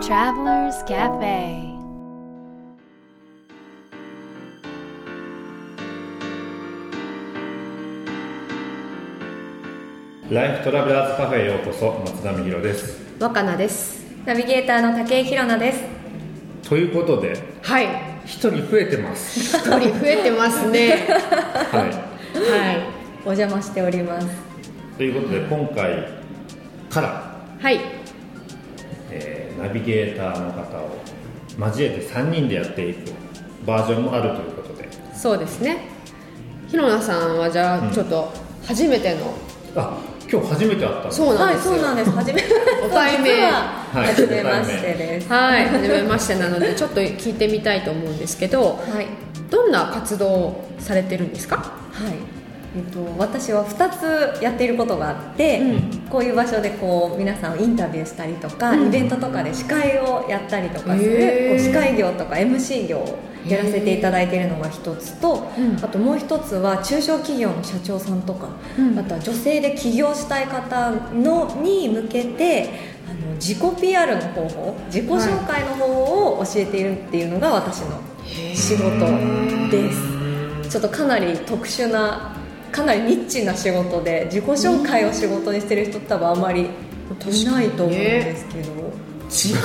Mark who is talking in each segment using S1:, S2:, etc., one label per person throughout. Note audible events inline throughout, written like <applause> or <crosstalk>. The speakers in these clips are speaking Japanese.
S1: Travelers Cafe
S2: ライフトラベラーズカフェへようこそ松田美弘です
S3: 若菜です
S4: ナビゲーターの竹井宏奈です。
S2: ということで
S3: はい
S2: 人に増えて
S3: <laughs>
S2: ます、
S3: 一人増えてますね
S2: は
S3: はい
S4: お邪魔しております。
S2: い、ということで今回から、
S3: はい
S2: えーナビゲーターの方を交えて3人でやっていくバージョンもあるということで
S3: そうですねひろなさんはじゃ
S2: うん
S3: あちょっと初めての、
S2: あ今日初めて会ったの
S3: そうなんですよ、
S4: です。初めて。 <laughs>
S3: ご対面
S4: 実は
S2: はい
S4: 初めましてです。
S3: はい初めましてなのでちょっと聞いてみたいと思うんですけど
S4: はい。はい。
S3: どんな活動をされてるんですか
S4: えっと、私は2つやっていることがあって、こういう場所でこう皆さんをインタビューしたりとか、イベントとかで司会をやったりとかす
S3: へー
S4: るこう司会業とか MC 業をやらせていただいているのが1つと、
S3: うん
S4: あともう1つは中小企業の社長さんとか、
S3: うん
S4: あとは女性で起業したい方のに向けてあの自己 PR の方法自己紹介の方法を教えているっていうのが私の仕事です。ちょっとかなり特殊なかなりニッチな仕事で自己紹介を仕事にしてる人って多分あまりいないと思うんですけど、
S3: 自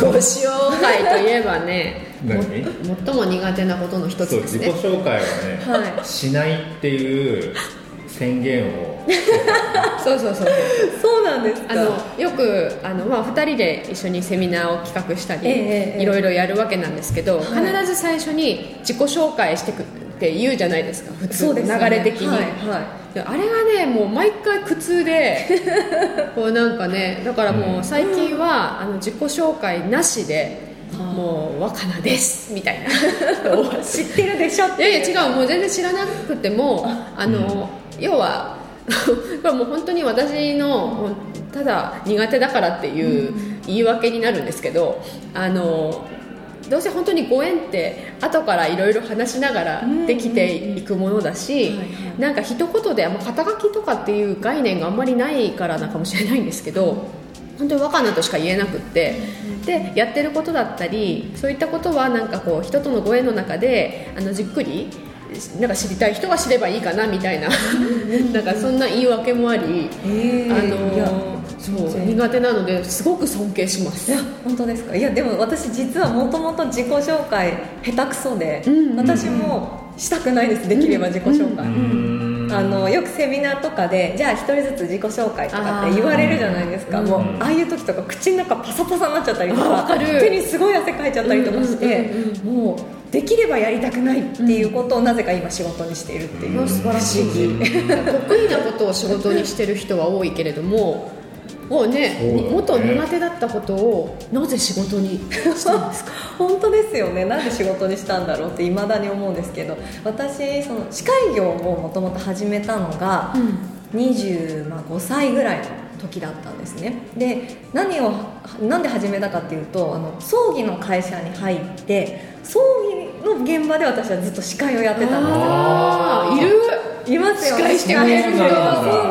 S3: 己紹介といえばね
S2: 何
S3: も最も苦手なことの一つ
S2: そう
S3: です
S2: 自己
S3: ね
S2: 紹介はね、
S4: は
S2: しないっていう宣言を
S3: そうそうそう
S4: そうなんです
S3: あのよくあの、まあ、2人で一緒にセミナーを企画したり、
S4: ええええ
S3: いろいろやるわけなんですけど、
S4: はい
S3: 必ず最初に自己紹介してくって言うじゃないですか普通
S4: そうですよね
S3: 流れ的に、
S4: はいは
S3: であれがねもう毎回苦痛で
S4: <laughs>
S3: こうなんかねだからもう最近は、あの自己紹介なしで「もう若菜です」みたいな
S4: <laughs> い知ってるでしょっ
S3: い
S4: て
S3: や
S4: いう
S3: いや違うもう全然知らなくてもあの、要は <laughs> これもう本当に私のただ苦手だからっていう言い訳になるんですけどあのどうせ本当にご縁って後からいろいろ話しながらできていくものだし、なんか一言であんま肩書きとかっていう概念があんまりないからなのかもしれないんですけど本当に若菜としか言えなくってでやってることだったりそういったことはなんかこう人とのご縁の中であのじっくりなんか知りたい人が知ればいいかなみたいな <laughs> なんかそんな言い訳もあり、
S4: えー
S3: あ
S4: いや
S3: のそう
S4: 全然
S3: 苦手なのですごく尊敬します
S4: いや本当ですかいやでも私実はもともと自己紹介下手くそで、
S3: うん
S4: 私もしたくないですできれば自己紹介、
S2: うん
S4: あのよくセミナーとかでじゃあ一人ずつ自己紹介とかって言われるじゃないですか
S3: あー
S4: もう、
S2: うん
S4: ああいう時とか口の中パサパサになっちゃったりと
S3: わか
S4: か
S3: る
S4: 手にすごい汗かいちゃったりとかして、
S3: うんうん
S4: もうできればやりたくないっていうことをなぜか今仕事にしているっていう、
S3: 素晴らしい得意なことを仕事にしてる人は多いけれどももうね
S2: そうだね
S3: 元苦手だったことをなぜ仕事にしたんですか
S4: 本当ですよねなんで仕事にしたんだろうっていまだに思うんですけど私その司会業をもともと始めたのが、25歳ぐらいの時だったんですねで何をなんで始めたかっていうとあの葬儀の会社に入って葬儀の現場で私はずっと司会をやってたんです
S3: ああいる
S4: いますよね
S3: 司会してくれる人
S4: そう
S2: が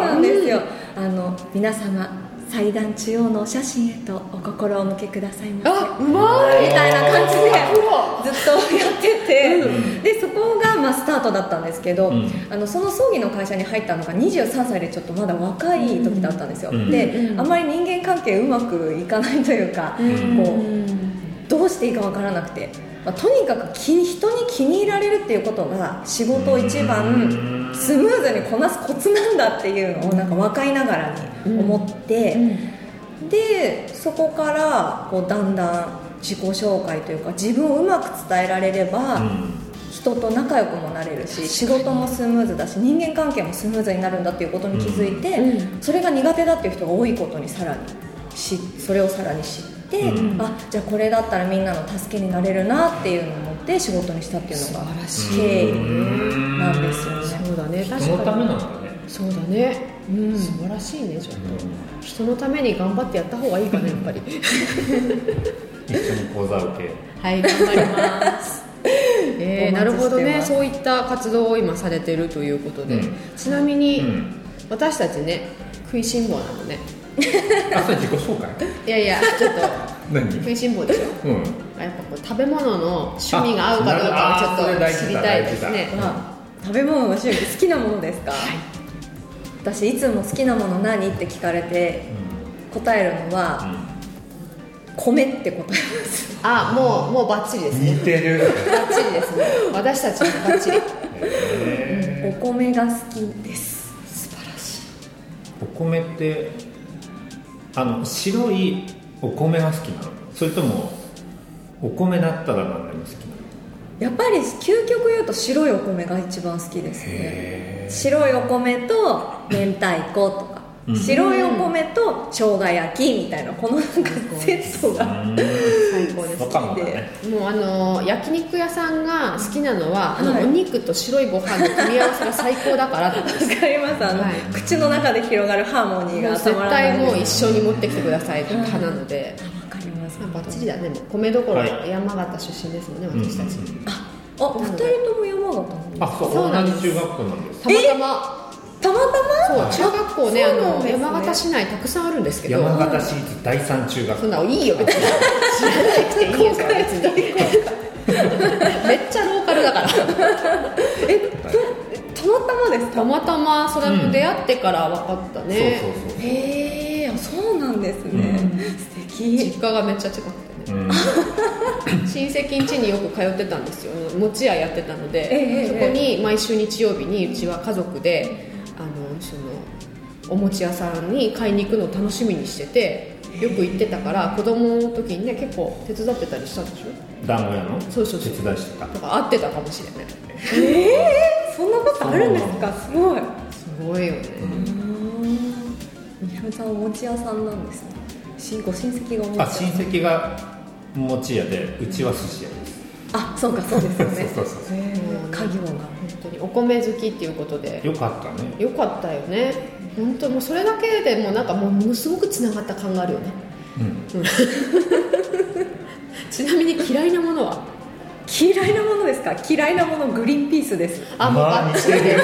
S4: なんですよ、あの皆様祭壇中央のお写真へとお心をお向けくださいませ
S3: あうまい
S4: みたいな感じ
S3: わ
S4: でずっとやってて、でそこがまあスタートだったんですけど、
S2: うん
S4: あのその葬儀の会社に入ったのが23歳でちょっとまだ若い時だったんですよ、
S2: うん
S4: で、
S3: うん
S4: あまり人間関係うまくいかないというか、
S2: ん
S4: こうどうしていいかわからなくて、まあ、とにかく気人に気に入られるっていうことが仕事を一番スムーズにこなすコツなんだっていうのをなんか若いながらに思って。でそこからこうだんだん自己紹介というか自分をうまく伝えられれば、人と仲良くもなれるし仕事もスムーズだし人間関係もスムーズになるんだっていうことに気づいて、
S3: う
S4: それが苦手だっていう人が多いことにさらにしそれをさらに知って、
S2: うん
S4: あじゃあこれだったらみんなの助けになれるなっていうのを思って仕事にしたっていうの
S3: 素
S4: が
S3: 晴らしい
S4: 経緯なんですよね。
S3: そうだ
S2: う
S3: ね
S2: んその
S3: 確
S2: た
S3: か
S2: め
S3: に
S2: なんだね
S3: そうだねうん素晴らしいねちょっと人のために頑張ってやった方がいいかなやっぱり
S2: 一緒に講座を受け
S3: はい頑張りますえー、なるほど
S4: お待
S3: ね
S4: ちしてます
S3: そういった活動を今されてるということで、
S2: うん
S3: ちなみに、
S2: うん
S3: 私たちね食いしん坊なのね
S2: <laughs> あそれ自己紹介
S3: いやいやちょっ
S2: 何
S3: 食いしん坊でしょ
S2: うん
S3: やっぱこう食べ物の趣味が合うかどうかをちょっと知りたいですね
S4: まあ、食べ物の種類好きなものですか、私いつも好きなもの何って聞かれて答えるのは、米って答えます
S3: あもうもうバッチリですね
S2: 似てる
S3: バッチリですね私たちもバッチリ
S2: へ
S4: お米が好きです
S3: 素晴らしい
S2: ーお米ってあの白いお米が好きなのそれともお米だったら何でも好きなの
S4: やっぱり究極言うと白いお米が一番好きですね
S2: へ
S4: 白いお米と明太子とか、
S2: うん
S4: 白いお米と生姜焼きみたいなこのなんかセットが
S2: え
S3: 最高です
S2: 若者だね
S3: もうあの焼肉屋さんが好きなのは、あ
S4: は
S3: の
S4: い
S3: お肉と白いご飯の組み合わせが最高だからって
S4: わかりますあの、
S3: はい
S4: 口の中で広がるハーモニー
S3: も
S4: が
S3: う
S4: た
S3: 絶
S4: まらない
S3: 対
S4: です
S3: もう一緒に持ってきてください派なので、
S4: わかります
S3: まあ、バッチリだねもう米どころ、
S2: はい
S3: 山形出身ですもんね
S2: うんうんうん
S3: 私たち、
S4: あお二人とも山形なんです
S2: あそう
S3: そうなんで
S2: 同
S3: す
S2: じ中学校なんです
S3: たま
S4: たま
S3: たま
S4: たま
S3: そう中学校ね
S4: そう
S3: あ
S4: なん
S3: の
S4: ですね
S3: 山形市内たくさんあるんですけど
S2: 山形市立第三中学
S3: そ
S2: 校
S3: んないいよ別
S2: <laughs>
S3: に知らなくていいよ別に <laughs> めっちゃローカルだから
S4: たまたまです
S3: た
S4: か
S3: またまそれも出会ってから分かった
S2: そう
S3: ね、
S2: そうそう
S4: へえあそうなんですね、素敵
S3: 実家がめっちゃ近く
S2: <laughs>
S3: てね
S2: うん
S3: 親戚ん家によく通ってたんですよ餅屋やってたので、
S4: ええ
S3: そこに毎週日曜日にうちは家族であのそのお餅屋さんに買いに行くのを楽しみにしててよく行ってたから子供の時にね結構手伝ってたりしたんでしょ
S2: 団子屋の
S3: そうそうそう
S2: 手伝いしてた
S3: だから合ってたかもしれない
S4: ええそんなことあるんですかすごい
S3: すごいよね、
S4: みはるさんお餅屋さんなんですねしご親戚がお餅
S2: あ
S4: 屋
S2: 親戚が餅屋でうちは寿司屋です
S4: あそうかそうですよね
S2: そうそうそう
S4: へー家業が
S3: 本当にお米好きっていうことで
S2: よかったね
S3: よかったよね本当もうそれだけでもうなんかもうものすごくつながった感があるよね
S2: うん
S3: ちなみに嫌いなものは
S4: 嫌いなものですか嫌いなものグリーンピースです
S3: あもう
S2: まあ
S3: バッチリ
S2: 似
S3: <laughs>
S2: てる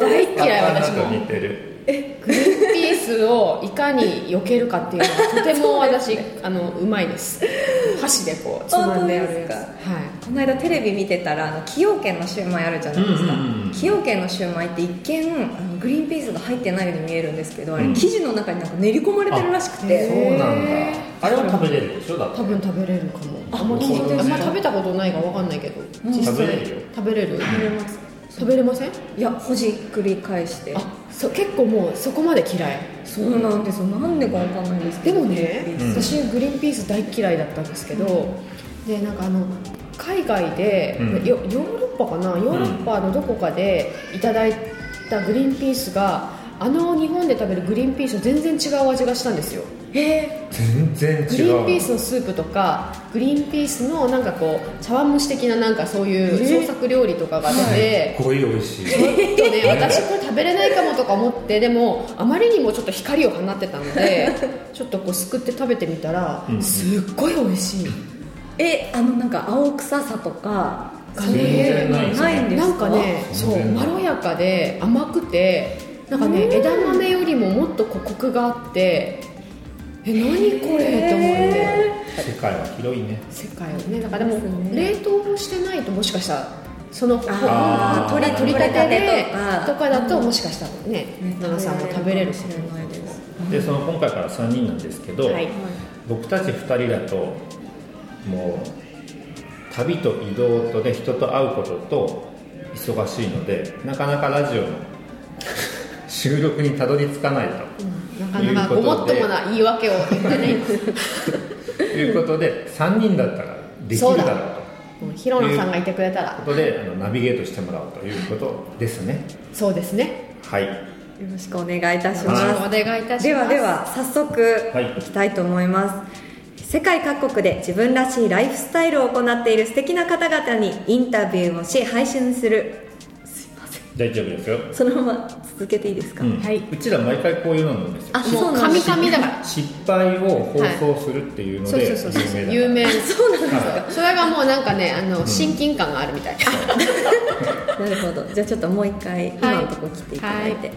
S3: 大っ嫌い私も
S2: あなた似てる
S3: グリーンピースをいかに避けるかっていうのはとても私あのうまいです箸でこうつまんでやるやつ
S4: 本当
S3: は
S4: この間テレビ見てたらあの崎陽軒のシューマイあるじゃないですか、
S2: うんうんうん
S4: 崎陽軒のシューマイって一見あのグリーンピースが入ってないように見えるんですけど、あ
S2: う
S4: れ
S2: ん
S4: 生地の中になんか練り込まれてるらしく
S3: へー
S4: て
S2: そうなん
S3: へ
S2: だあれは食べれるでしょだっ
S3: い
S2: て
S3: 多分食べれるかも
S4: あ
S3: あんまり
S2: 本当ですか
S3: あんまり食べたことないかわかんないけど実際
S2: 食べれるよ
S3: 食べれる
S4: 食べれます
S3: 食べれません
S4: いやほじくり返して
S3: あそう結構もうそこまで嫌い
S4: そうなんですよなんでかわかんないんですけ
S3: で
S4: ど
S3: もね、
S2: うん
S3: 私グリーンピース大嫌いだったんですけど、でなんかあの海外で、
S2: うん
S3: ヨヨーロッパかなヨーロッパのどこかでいただいたグリーンピースがあの日本で食べるグリーンピースと全然違う味がしたんですよ
S4: え
S2: 全然違う
S3: グリーンピースのスープとかグリーンピースのなんかこう茶碗蒸し的ななんかそういう創作料理とかが出て、
S2: すごい美味しい
S3: ちょっとね、私これ食べれないかもとか思ってでもあまりにもちょっと光を放ってたの
S4: <laughs>
S3: でちょっとこうすくって食べてみたら、
S2: うん
S3: すっごい美味しい
S4: ー、えあのなんか青臭さとか
S3: が
S4: そういう
S2: 全然
S4: の
S2: ないですね
S4: ないんです
S3: な
S4: か
S3: んかね
S2: 全
S3: そう
S2: 然
S3: まろやかで甘くてなんかね枝豆よりももっとこうコクがあってえ何これと思って
S2: 世界は広いね
S3: 世界をねだからで
S4: そ
S3: も
S4: うですね
S3: 冷凍してないともしかしたらその
S4: あ
S2: ー
S3: 取り取り立て
S4: 取り立
S3: で
S4: てとか
S3: とかだともしかしたらね
S4: ね
S3: 奈々さんも食べれるし
S4: 食べれるかもしれないです
S2: でその今回から3人なんですけど、
S3: はい
S2: 僕たち2人だともう旅と移動とで人と会うことと忙しいのでなかなかラジオの収録にたどり着かない
S3: なかなかごもっともな言い訳を言ってね
S2: ということで3人だったらでき
S3: そう
S2: る
S3: だ
S2: だろう
S3: もう広野さんがいてくれた
S2: という
S3: ら
S2: ことであのナビゲートしてもらおうということですね
S3: そうですね
S2: はい
S4: よろしくお願いいたし
S3: よろ
S4: ま
S3: し
S4: す
S3: くお願いいたします
S4: ではでは早
S2: はい
S4: 速いきたいと思います、世界各国で自分らしいライフスタイルを行っている素敵な方々にインタビューをし配信する
S2: 大丈夫ですよ、
S4: そのまま続けていいですか、
S2: うん
S3: はいう
S2: ちら毎回こういうのなんですよ
S4: あそ
S3: も
S4: う
S3: う
S4: なん
S3: 神
S4: です
S3: 々だから
S2: 失敗を放送するっていうの
S3: そうそ
S2: で
S3: うそうそう
S2: 有
S3: 有
S2: 名だ
S3: 名
S4: そうなんです
S2: からはい
S3: それがもうなんかねあの親近感があるみたい
S4: なるほどじゃあちょっともう一回今のとこ切っていただいて、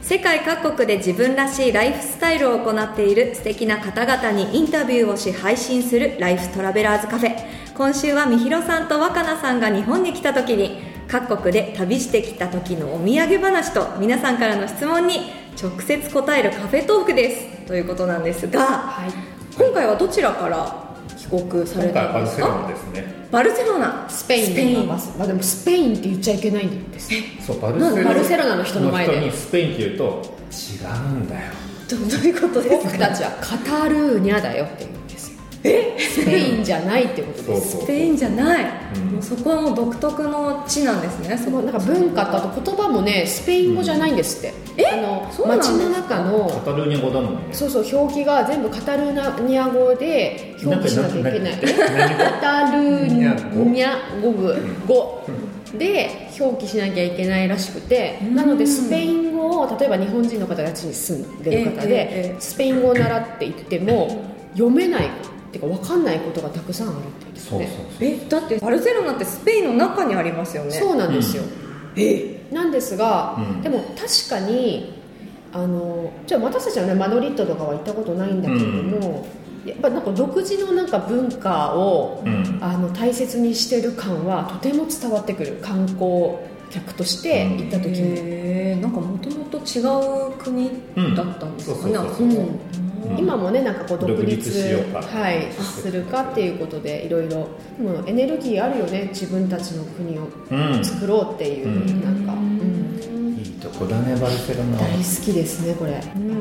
S4: 世界各国で自分らしいライフスタイルを行っている素敵な方々にインタビューをし配信するライフトラベラーズカフェ今週はみひろさんと若菜さんが日本に来た時に各国で旅してきた時のお土産話と皆さんからの質問に直接答えるカフェトークですということなんですが、今回はどちらから帰国され
S2: 今回は
S4: た
S2: バ
S4: ん
S2: ル
S4: です
S2: セロナ
S4: か
S2: ですね
S4: バルセロナ
S3: スペインで言いますまあでもスペインって言っちゃいけないんですね
S2: そうバル
S3: なんでバルセロナの人の前で
S2: にスペインって言うと違うんだよ
S4: どどういうことです
S3: 僕
S4: か
S3: たちはカタルーニャだよって言うんですよえスペインじゃないってこと
S2: そうそう
S3: です
S2: そう
S4: スペインじゃない、
S2: うん
S4: もうそこはもう独特の地なんですねそ
S3: も
S4: こ
S3: うなんか文化とあと言葉もねスペイン語じゃないんですって、あ
S4: そ
S3: の
S4: うなんで
S3: 街
S4: すか
S3: の中
S2: カ
S3: の
S2: タルーニャ語だもんね
S3: そうそう表記が全部カタルーニャ語で表記しなきゃいけない
S2: なんか
S3: カタルーニ
S2: ニ
S3: ャ語部語で表記しなきゃいけないらしくてなのでスペイン語を例えば日本人の方たちに住んでる方
S4: ええ
S3: で
S4: ええ
S3: スペイン語を習っていっても読めないっていうか分かんないことがたくさんあるっていうんです
S2: そうそう
S3: ね
S4: えだってバルセロナってスペインの中にありますよね
S3: そうなんですよ <laughs> なんですが
S2: うん
S3: でも確かにあのじゃあ私たちはねマドリッドとかは行ったことないんだけれどもやっぱなんか独自のなんか文化を
S2: そううん
S3: あの大切にしてる感はとても伝わってくる観光客として行った時に、
S4: へえんかもともと違う国だったんですか
S2: うんそうそ
S4: ね、
S2: うそ
S4: あそうこ
S2: そう
S3: うん今もねなんかこう独立
S2: 独立しようか
S3: はい、
S2: あ
S3: するかっていうことでいろいろでもエネルギーあるよね自分たちの国を
S2: うん
S3: 作ろうっていう、
S2: うん
S3: なんか、うん
S2: いいとこだねバルセロナ
S3: 大
S2: は
S3: 好きですねこれ、
S4: うん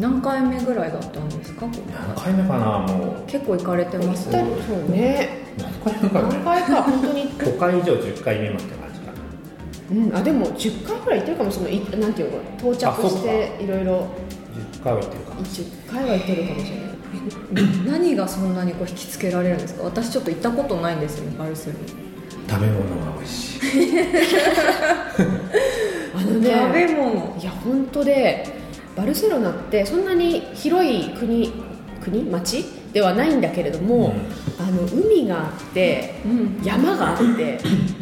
S4: 何回目ぐらいだったんですかここ
S2: 何回目かなも
S4: 結構行かれて
S3: 行
S4: ま
S3: っ
S4: す
S3: たそうね
S2: う何回目か
S3: 何
S2: な
S3: 回か本当に、
S2: 5回以上10回目までって感じかな
S3: うん、あでも10回ぐらい行ってるかもしれないいなんていうの到着
S2: あそっか
S3: していろいろ
S2: 10回は行ってるか
S3: 10回は行ってるかもしれない
S4: 何がそんなにこう引きつけられるんですか私ちょっと行ったことないんですよねバルセロ
S2: 食べ物が美味しい
S3: あの
S4: ナ食べ
S3: ね
S4: 物
S3: いや本当でバルセロナってそんなに広い国国町ではないんだけれども、あの海があって
S4: うん
S3: 山があって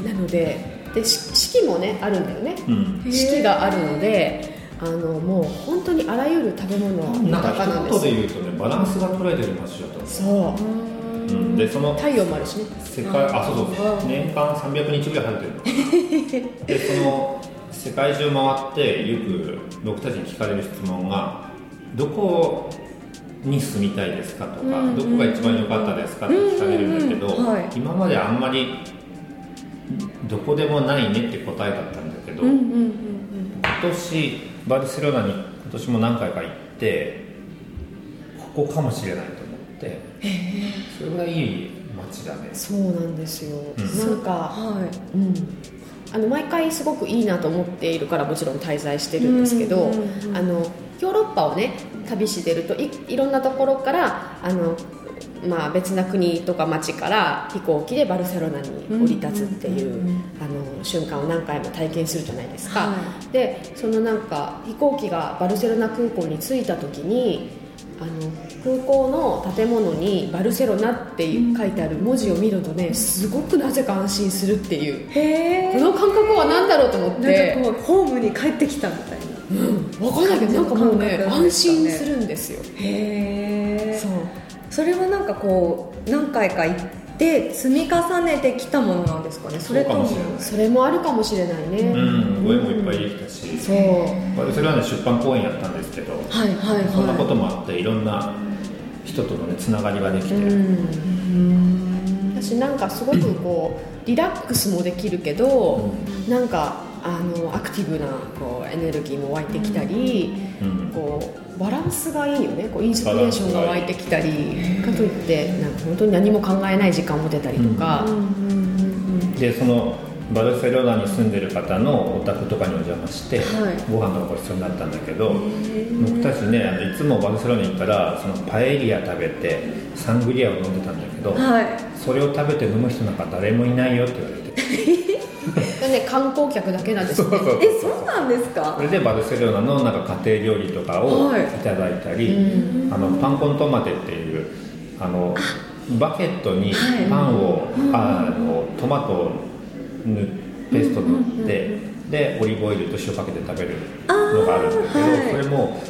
S3: なのででし四季もねあるんだよね
S2: うん
S4: へー
S3: 四季があるのであのもう本当にあらゆる食べ物
S2: なん
S3: 豊
S2: か
S3: かなんで
S2: 一言
S3: す
S2: で言うとねバランスが取れてる街だと思
S3: そう
S2: う、うん、でその
S3: 太陽もあるしね
S2: 世界あそうそう年間300日ぐらい入ってる
S4: <laughs>
S2: のでその世界中回ってよく僕たちに聞かれる質問がどこに住みたいですかとか、どこが一番良かったですかって聞かれるんだけど、
S4: うんうんうんはい
S2: 今まであんまりどこでもないねって答えだったんだけど、
S4: うんうんうん
S2: 今年バルセロナに今年も何回か行ってここかもしれないと思ってそれがいい街だね
S3: そうなんですよ、
S2: ん
S3: なんか
S4: はい
S3: うん、あの毎回すごくいいなと思っているからもちろん滞在してるんですけど、
S4: うんうんうん
S3: あのヨーロッパをね旅してるといいろんなところからあの、まあ、別な国とか町から飛行機でバルセロナに降り立つっていう,、
S4: うんうんうん
S3: あ
S4: うん
S3: の瞬間を何回も体験するじゃないですか、
S4: は
S3: でそのなんか飛行機がバルセロナ空港に着いた時にあの空港の建物に「バルセロナ」っていう書いてある文字を見るとねすごくなぜか安心するっていう
S4: へえ
S3: この感覚は何だろうと思っ
S4: なん
S3: て
S4: かこうホームに帰ってきたみたいな
S3: 分かんないけどなんかもうね
S4: 感覚
S3: 安
S4: ですかね
S3: 心するんですよ
S4: へえ
S3: そう
S4: それはなんかこう何回か行って積み重ねてきたものなんですかねそれとも
S2: そうかもし
S3: それもあるかもしれないね
S2: うん、声もいっぱいできたし、
S3: そう
S2: バルセロナで出版公演やったんですけど、
S4: はいはい
S2: そんなこと
S4: は
S2: もあって、いろんな人とのねつながりができて、
S3: うん私なんかすごくこうリラックスもできるけどなんかあのアクティブなこうエネルギーも湧いてきたり
S2: うん
S3: こうバランスがいいよねこうインスピレーションが湧いてきたりかといってなんか本当に何も考えない時間も出たりとか、
S4: いうんうんうんうん
S2: でそのバルセロナに住んでる方のお宅とかにお邪魔して、
S4: はい
S2: ご飯のごちそうになったんだけど、僕たちねあのいつもバルセロナ行ったらそのパエリア食べてサングリアを飲んでたんだけど、
S4: はい
S2: それを食べて飲む人なんか誰もいないよって言われて
S3: でね観光客だけなんです
S2: そ
S3: ね
S2: うそう <laughs> そう
S4: えそうなんです
S2: そ
S4: か
S2: れでバルセロナのなんか家庭料理とかを
S4: はい
S2: いただいたり、あのパンコントマテっていうあのバケットに
S4: はい
S2: パンを、ああのトマトをぬペースト塗って、でオリーブオイルと塩かけて食べる
S4: あ
S2: のがあるんだけど、
S4: あーはい
S2: それも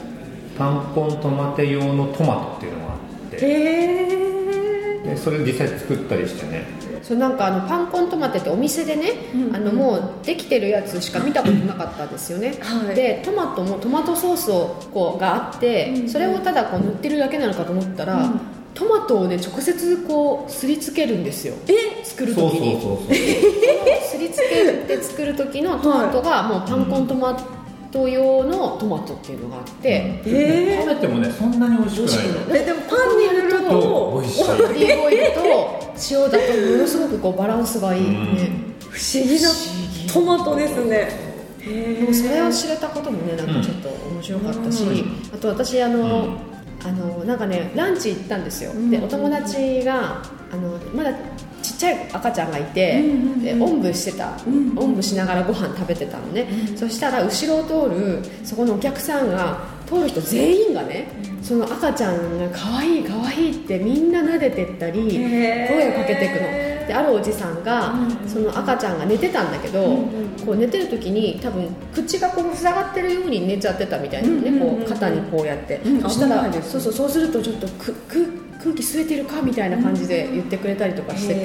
S2: パンコントマテ用のトマトっていうのがあって
S4: へえ
S2: でそれ実際作ったりしてね
S3: そうなんかあのパンコントマテってお店でね、あのもうできてるやつしか見たことなかったんですよね、
S4: はい
S3: でトマトもトマトソースをこうがあって、それをただこう塗ってるだけなのかと思ったら、トマトをね直接こうすりつけるんですよ
S4: え
S3: 作る
S2: そう
S3: 時
S2: そう
S3: に
S2: そうそう
S3: すりつけて作る時のトマトがもうパンコントマト用のトマトっていうのがあって、
S4: え
S2: 食べてもねそんなに美味しくないの
S4: えでもパンに塗ると
S2: そう美味しい
S3: オリーブオイルと塩だとものすごくこうバランスがいい、ね
S4: 不思議なトマトですねへ
S3: でもそれを知れたこともねなんかちょっと面白かったし、あと私あの、あのなんかねランチ行ったんですよ、でお友達があのまだちっちゃい赤ちゃんがいて、でおんぶしてた、おんぶしながらご飯食べてたのね、そしたら後ろを通るそこのお客さんが通る人全員がねその赤ちゃんが可愛い可愛いってみんな撫でてったり
S4: へー
S3: 声をかけていくのであるおじさんが、その赤ちゃんが寝てたんだけど、こう寝てる時に多分口がこう塞がってるように寝ちゃってたみたいなのね、こう肩にこうやって、
S4: ん
S3: そした
S4: 危な
S3: ら、
S4: いで
S3: そ
S4: す
S3: うそうそうするとちょっとくく空気吸えてるかみたいな感じで言ってくれたりとかして
S4: へ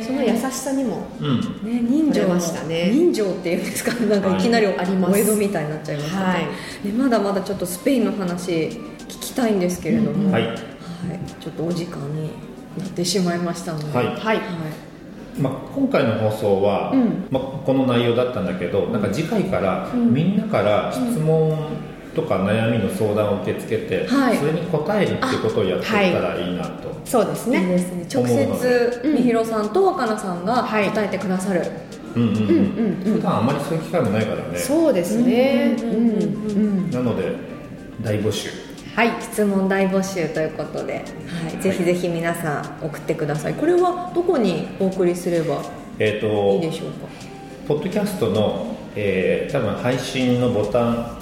S3: て、
S4: ー
S3: その優しさにも
S2: うん
S4: ね、人情
S3: あり
S4: の
S3: ましたね
S4: 人情っていうんですかなんかいきなりお
S3: あります
S4: お江戸みたいになっちゃいました
S3: は
S4: ね、でまだまだちょっとスペインの話聞きたいんですけれども、
S2: はい
S4: はいちょっとお時間になってしまいましたので、
S2: はい
S3: はい、
S2: まあ、今回の放送は、
S3: うん
S2: まあ、この内容だったんだけどなんか次回からみんなから質問とか悩みの相談を受け付けて、
S4: はい
S2: それに答えるっていうことをやっていったらいいなと、
S3: そうです
S4: いいで
S3: ね。
S4: すね直接
S3: うん
S4: みひろさんと若菜さんが
S3: はい
S4: 答えてくださる、
S2: うんうんう
S3: うんうんんう
S2: 普
S3: ん。
S2: 段あまりそういう機会もないからね
S3: そうですね。
S4: う
S3: うんん
S4: うん
S3: うん。
S2: なので大募集
S3: はい。
S4: 質問大募集ということで、はいぜひぜひ皆さん送ってくださいこれはどこにお送りすれば
S2: えっ、
S4: いい
S2: と
S4: でしょうか
S2: ポッドキャストの、えー多分配信のボタン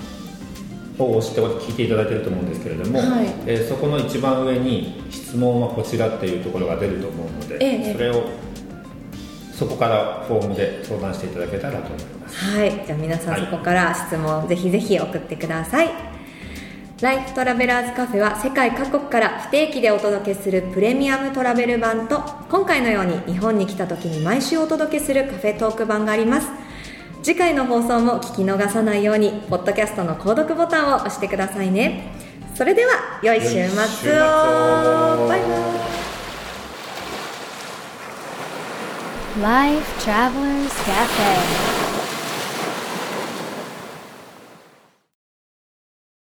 S2: を押して聞いていただいてると思うんですけれども、
S4: はい
S2: えーそこの一番上に「質問はこちら」っていうところが出ると思うので、
S4: ええ
S2: それをそこからフォームで相談していただけたらと思います
S4: はい、じゃあ皆さん
S2: はい
S4: そこから質問をぜひぜひ送ってください、ライフトラベラーズカフェは世界各国から不定期でお届けするプレミアムトラベル版と今回のように日本に来た時に毎週お届けするカフェトーク版があります次回の放送も聞き逃さないようにポッドキャストの購読ボタンを押してくださいねそれでは良い週末を
S2: 良い週末を
S4: バイバイ
S1: Life Travelers Cafe.